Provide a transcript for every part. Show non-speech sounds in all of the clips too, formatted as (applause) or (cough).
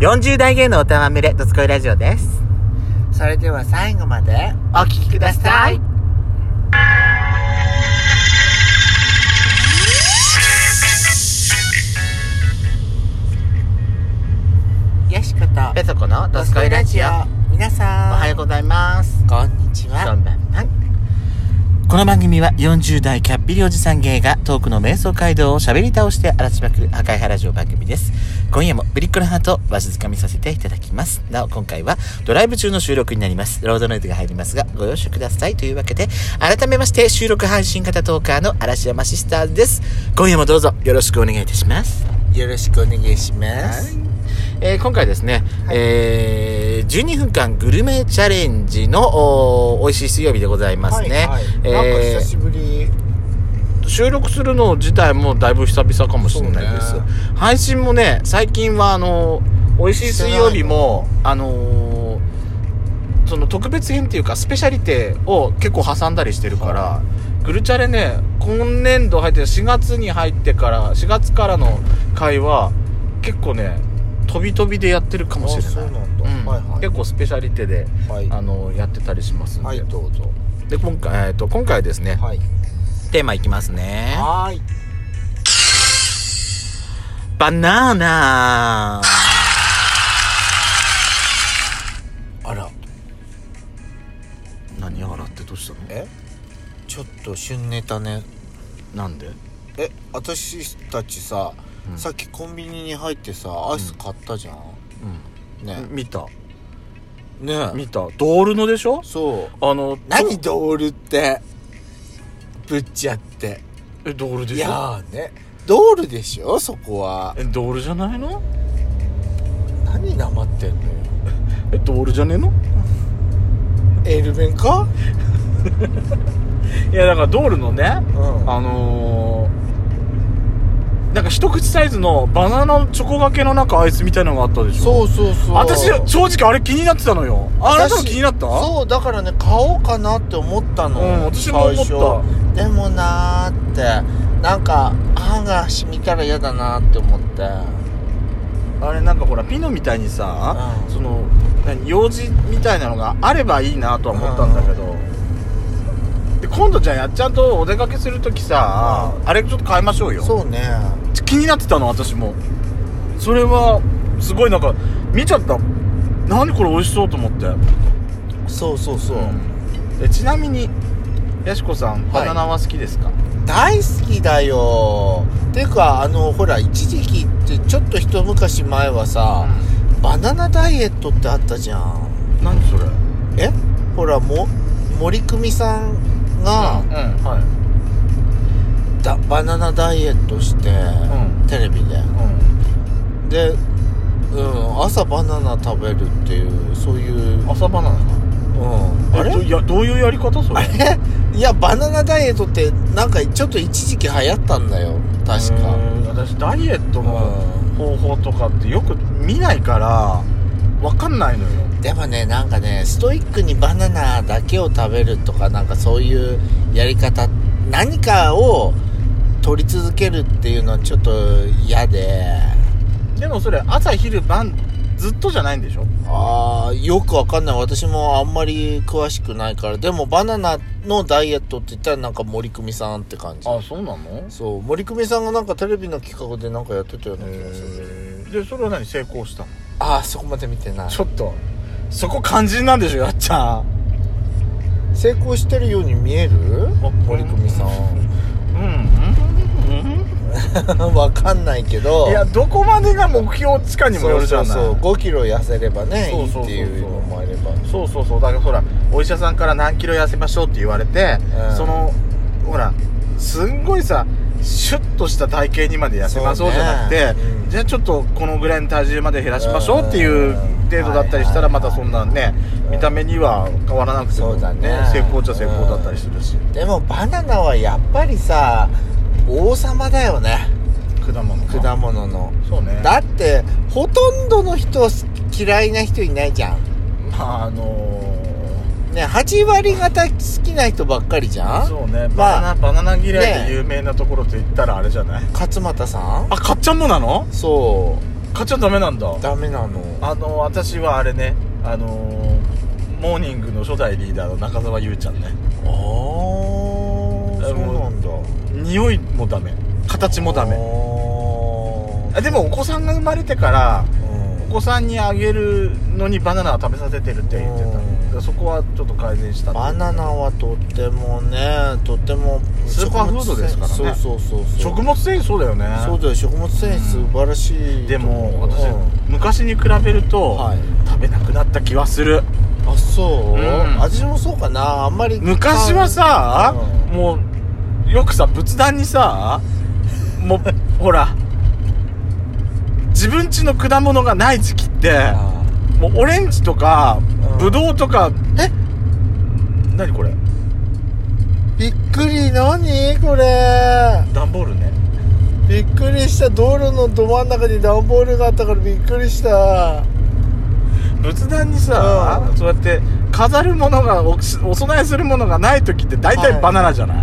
40代芸のおたまむれ、どつこいラジオです。それでは最後までお聞きください。よしことペソコのどつこいラジオ。お皆さんはようございます。こんにちこはんばんは。この番組は40代キャッピリおじさん芸がトークの瞑想街道を喋り倒して荒らしまくる破壊派ラジオ番組です。今夜もブリックのハートをわしづかみさせていただきます。なお今回はドライブ中の収録になります。ロードノイズが入りますがご容赦ください。というわけで改めまして収録配信型トーカーの嵐山シスターズです。今夜もどうぞよろしくお願いいたします。よろしくお願いしますえー今回ですね、えー12分間グルメチャレンジのおー美味しい水曜日でございますね。えーぶり収録するの自体もだいぶ久々かもしれないです、そうね配信もね最近はあの「美味しい水曜日も」あのーその特別編っていうかスペシャリテを結構挟んだりしてるから、グルチャレね今年度入って4月に入ってから4月からの回は結構ね飛び飛びでやってるかもしれないあそうなんだはいはい結構スペシャリテで、はいあのやってたりしますんで,、はいどうぞで今回、えー、と今回ですね、はいテーマいきますねはーいバナナあら何やらってどうしたのえちょっと旬ネタねなんでえ私たちさ、うんさっきコンビニに入ってさアイス買ったじゃん、ね見たね見たドールのでしょそうあの何とドールってぶっちゃってえドールでいしやょーねドールでしょそこはえドールじゃないの何なまってんのよえドールじゃねえのエール弁かいやだからドールのねうんあのー、なんか一口サイズのバナナのチョコがけのなんかアイスみたいなのがあったでしょそうそうそう私正直あれ気になってたのよああなたも私気になったそうだからね買おうかなって思ったの、うん私も思った最初でもなーってなんか歯が染みたら嫌だなって思ってあれなんかほらピノみたいにさ、うんその何用事みたいなのがあればいいなとは思ったんだけど、で今度じゃあやっちゃんとお出かけする時さ、あれちょっと変えましょうよそうね気になってたの私もそれはすごいなんか見ちゃった何これ美味しそうと思って、そうそうそう、でちなみにやしこさんバはいナナは好きですか、大好きだよていうかあのほら一時期ってちょっと一昔前はさ、バナナダイエットってあったじゃん何それえほらも森久美さんがうんはいだバナナダイエットして、んテレビでで、うん、朝バナナ食べるっていうそういう、うん、朝バナナうん、あえどれいやどういうやり方それあれ (laughs) いやバナナダイエットってなんかちょっと一時期流行ったんだよ確かうん私ダイエットのう方法とかってよく見ないからわかんないのよんでもねなんかねストイックにバナナだけを食べるとかなんかそういうやり方何かを取り続けるっていうのはちょっと嫌ででもそれ朝昼晩ずっとじゃないんでしょあーよくわかんない私もあんまり詳しくないからでもバナナのダイエットって言ったらなんか森久美さんって感じそうなのそう森久美さんがなんかテレビの企画でなんかやってたような気がするでそれは何成功したのああそこまで見てないちょっとそこ肝心なんでしょやっちゃん成功してるように見えるあ森久美さんうん (laughs) わかんないけどいやどこまでが目標地下にもよるじゃないそうそうそう5キロ痩せればねそうそうそうそういいっていうのもあればそうそうそうだからほらお医者さんから何キロ痩せましょうって言われて、うんそのほらすんごいさシュッとした体型にまで痩せましょうそうねじゃなくて、うんじゃあちょっとこのぐらいの体重まで減らしましょうっていううん程度だったりしたらはいまはたいはいそんなねうん見た目には変わらなくても、そうだね成功っちゃ成功だったりするし、でもバナナはやっぱりさ王様だよね果物か果物のそうねだってほとんどの人好き嫌いな人いないじゃんまああのね8割方好きな人ばっかりじゃー、んそうねバナまナ、あバナナ嫌いでね有名なところといったらあれじゃない、勝俣さんあかっちゃんもなのそう買っちゃダメなんだダメなのあの私はあれねあのーモーニングの初代リーダーの中澤優ちゃんねあーそうなんだ匂いもダメ形もダあメあでもお子さんが生まれてからーお子さんにあげるのにバナナは食べさせてるって言ってたうんだからそこはちょっと改善したってバナナはとってもねとってもスーパーフードですからねそうそうそうそう食物繊維そうだよねそうだよ食物繊維素晴らしいでもうん私、昔に比べると、はい食べなくなった気はするあそうう、ん味もそうかなあんまり昔はさ、うもうよくさ仏壇にさも (laughs) うほら自分ちの果物がない時期ってあもうオレンジとかうんブドウとか、え何これびっくり何これ段ボールねびっくりした道路のど真ん中に段ボールがあったからびっくりした仏壇にさ、うんそうやって飾るものがおお供えするものがない時って大は体いバナナじゃない、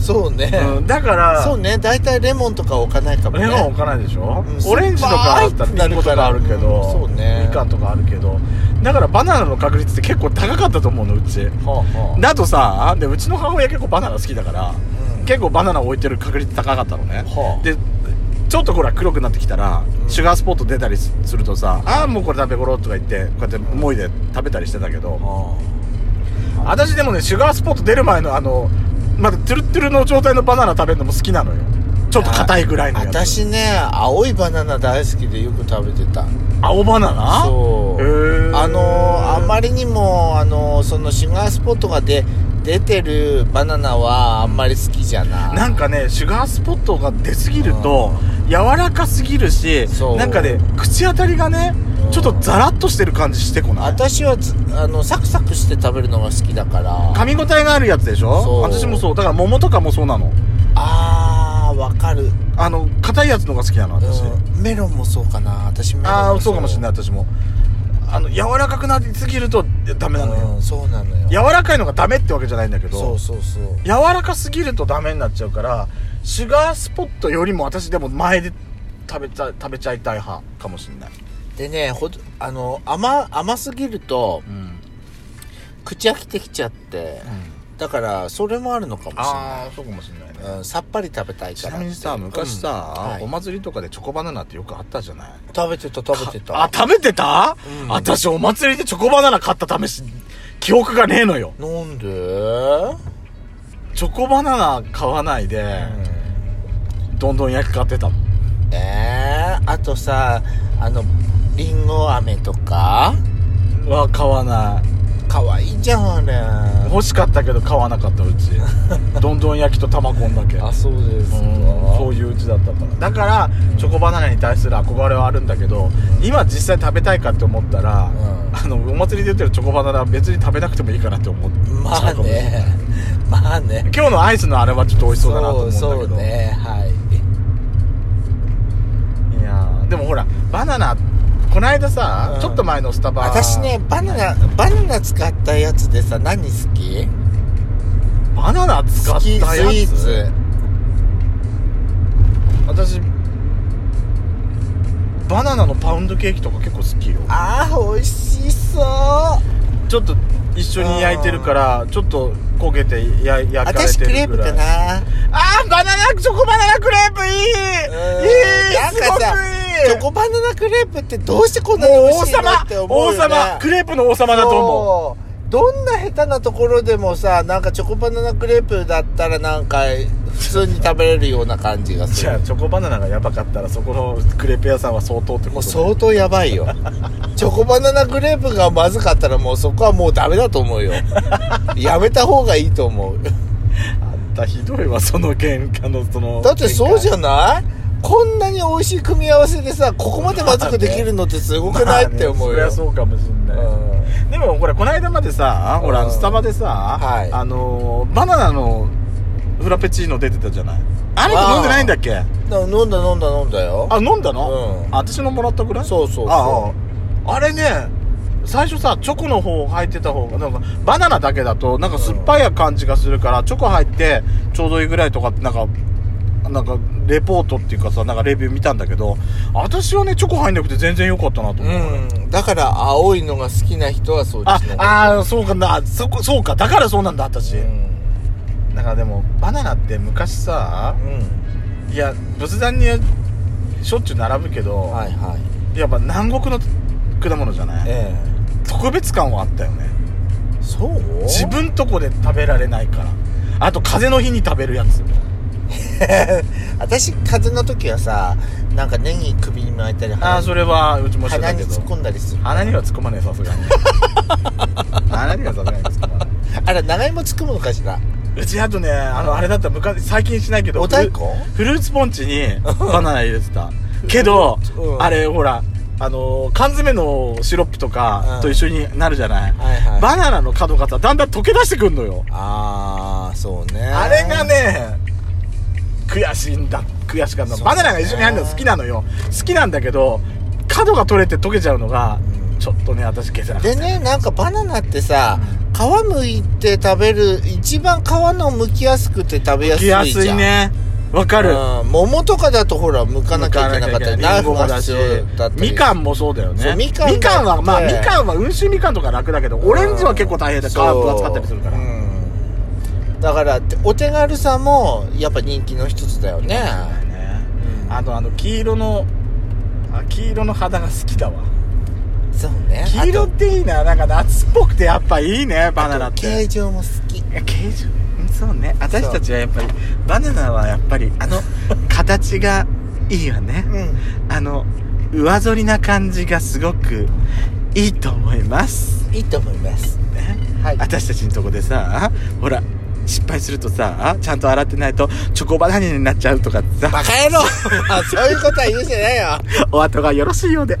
そうね、うん、だからそうね大体レモンとか置かないかもねレモン置かないでしょ、うんオレンジとかあったらリンゴとかあるけど、うんそうねみかんとかあるけどだからバナナの確率って結構高かったと思うのうちはあはあだとさでうちの母親結構バナナ好きだから、うん結構バナナ置いてる確率高かったのね、はあでちょっとほら黒くなってきたら、うんシュガースポット出たりすするとさ「ああもうこれ食べろ」とか言ってこうやって思いで食べたりしてたけど、は私でもねシュガースポット出る前のあのまだトゥルットゥルの状態のバナナ食べるのも好きなのよちょっと硬いぐらいのあやつ私ね青いバナナ大好きでよく食べてた青バナナそうへーあのーあまりにもあのーそのシュガースポットがで出てるバナナはあんまり好きじゃないなんかねシュガースポットが出すぎると柔らかすぎるしそうなんかね口当たりがねうんちょっとザラッとしてる感じしてこない私はずあのサクサクして食べるのが好きだから噛み応えがあるやつでしそうょ私もそうだから桃とかもそうなのあーわかる、あの硬いやつのが好きなの私、うんメロンもそうかな私メロンああそうかもしれないい私もあの柔らかくなりすぎるとダメなのよ、うん、そうなのよ柔らかいのがダメってわけじゃないんだけどそうそうそう柔らかすぎるとダメになっちゃうからシュガースポットよりも私でも前で食べた食べちゃいたい派かもしれない、でねほどあの甘甘すぎるとうん、口飽きてきちゃって、だからそれもあるのかもしれああそうかもしれないね、ない、うん、さっぱり食べたいちからなみにさ昔さ、うんはいお祭りとかでチョコバナナってよくあったじゃない食べてた食べてたあ食べてた、うん私お祭りでチョコバナナ買った試し記憶がねえのよなんで、チョコバナナ買わないで、どんどん焼き買ってたもんえー、あとさあのりんご飴とかは買わないかわいいじゃんあれ欲しかったけど買わなかったう (laughs) ちどんどん焼きと玉こんだけそうですうんそういううちだったからだからチョコバナナに対する憧れはあるんだけど今実際食べたいかって思ったら、うんあのお祭りで売ってるチョコバナナは別に食べなくてもいいかなって思っまあねまあね今日のアイスのあれはちょっと美味しそうだなと思うんだけどそうそうねはいいやーでもほらバナナこないださ、うんちょっと前のスタバ私ねバナナバナナ使ったやつでさ何好きバナナ使好ったきやつスイーツ私バナナのパウンドケーキとか結構好きよあー美味しそうちょっと一緒に焼いてるからちょっと焦げてや焼かれてるぐらい私クレープかなあーバナナチョコバナナクレープいいうんいいなんすごかくいさいチョコバナナクレープってどうしてこんなにもう美王味しいの様って思うよ王ね様クレープの王様だと思うそうどんな下手なところでもさなんかチョコバナナクレープだったらなんか普通に食べれるような感じがすじゃあるチョコバナナがやばかったらそこのクレープ屋さんは相当ってもこうとだ相当やばいよ (laughs) チョコバナナクレープがまずかったらもうそこはもうダメだと思うよやめた方がいいと思 (laughs) うあんたひどいわその喧嘩のそのだってそうじんゃないこんなに美味しい組み合わせでさここまでまずくできるのってすごくないって思うそりよゃそうかもしんない、でもほらこの間までさほうらんスタバでさ、はいあのーバナナのフラペチーノ出てたじゃないあれって飲んでないんだっけあうん飲んだ飲んだ飲んだよ飲んだの、うんあ私のもらったぐらいそうそうそうあああれね最初さチョコの方入ってた方がなんかバナナだけだとなんか酸っぱい感じがするから、チョコ入ってちょうどいいぐらいとかってなんかなんかレポートっていうかさなんかレビュー見たんだけど私はねチョコ入んなくて全然良かったなと思う、うんだから青いのが好きな人はそっちのあ方があーそうかなそこそうかだからそうなんだ私、うんだからでもバナナって昔さうんいや仏壇にしょっちゅう並ぶけど、はいはいやっぱ南国の果物じゃないえ特別感はあったよねえそう自分とこで食べられないからあと風邪の日に食べるやつ私風邪の時はさなんかネギ首に巻いたりああそれはうちもして鼻たけにど突っ込んだりする鼻には突っ込まねえさす (laughs) がに鼻にはさすがに突っ込まないあれ長芋突っ込むのかしらうちあとねあのあれだった昔最近しないけどお太鼓フルーツポンチにバナナ入れてたけど、うんあれほらあのー缶詰のシロップとかうんと一緒になるじゃない、はいはいバナナの角がさだんだん溶け出してくんのよ、ああそうねあれがね悔しいんだ悔しかった、そうねバナナが一緒に入るの好きなのよ好きなんだけど角が取れて溶けちゃうのがうんちょっとね私消せなかっでねなんかバナナってさ、皮むいて食べる一番皮のむきやすくて食べたやすいきじゃやんすいねわかるうん桃とかだとほらむかなきゃいけなかったりナイフが必要だったりみかんもそうだよそねうみかんだってはまあみかんは温州みかんとか楽だけどオレンジは結構大変だうん皮分厚かったりするからそううんだからってお手軽さもやっぱ人気の一つだよねねうんあとあの黄色のあ黄色の肌が好きだわそうね黄色っていいななんか夏っぽくてやっぱいいねバあとナナっあとて形状も好きいや形状うんそうね私たちはやっぱりバナナはやっぱりあの形がいいよねうんあの上反りな感じがすごくいいと思いますいいと思いますねはい私たちのとこでさほら失敗するとさちゃんと洗ってないとチョコバナナになっちゃうとかってさ (laughs) バカ野郎そういうことは言うんじゃないよお後がよろしいようで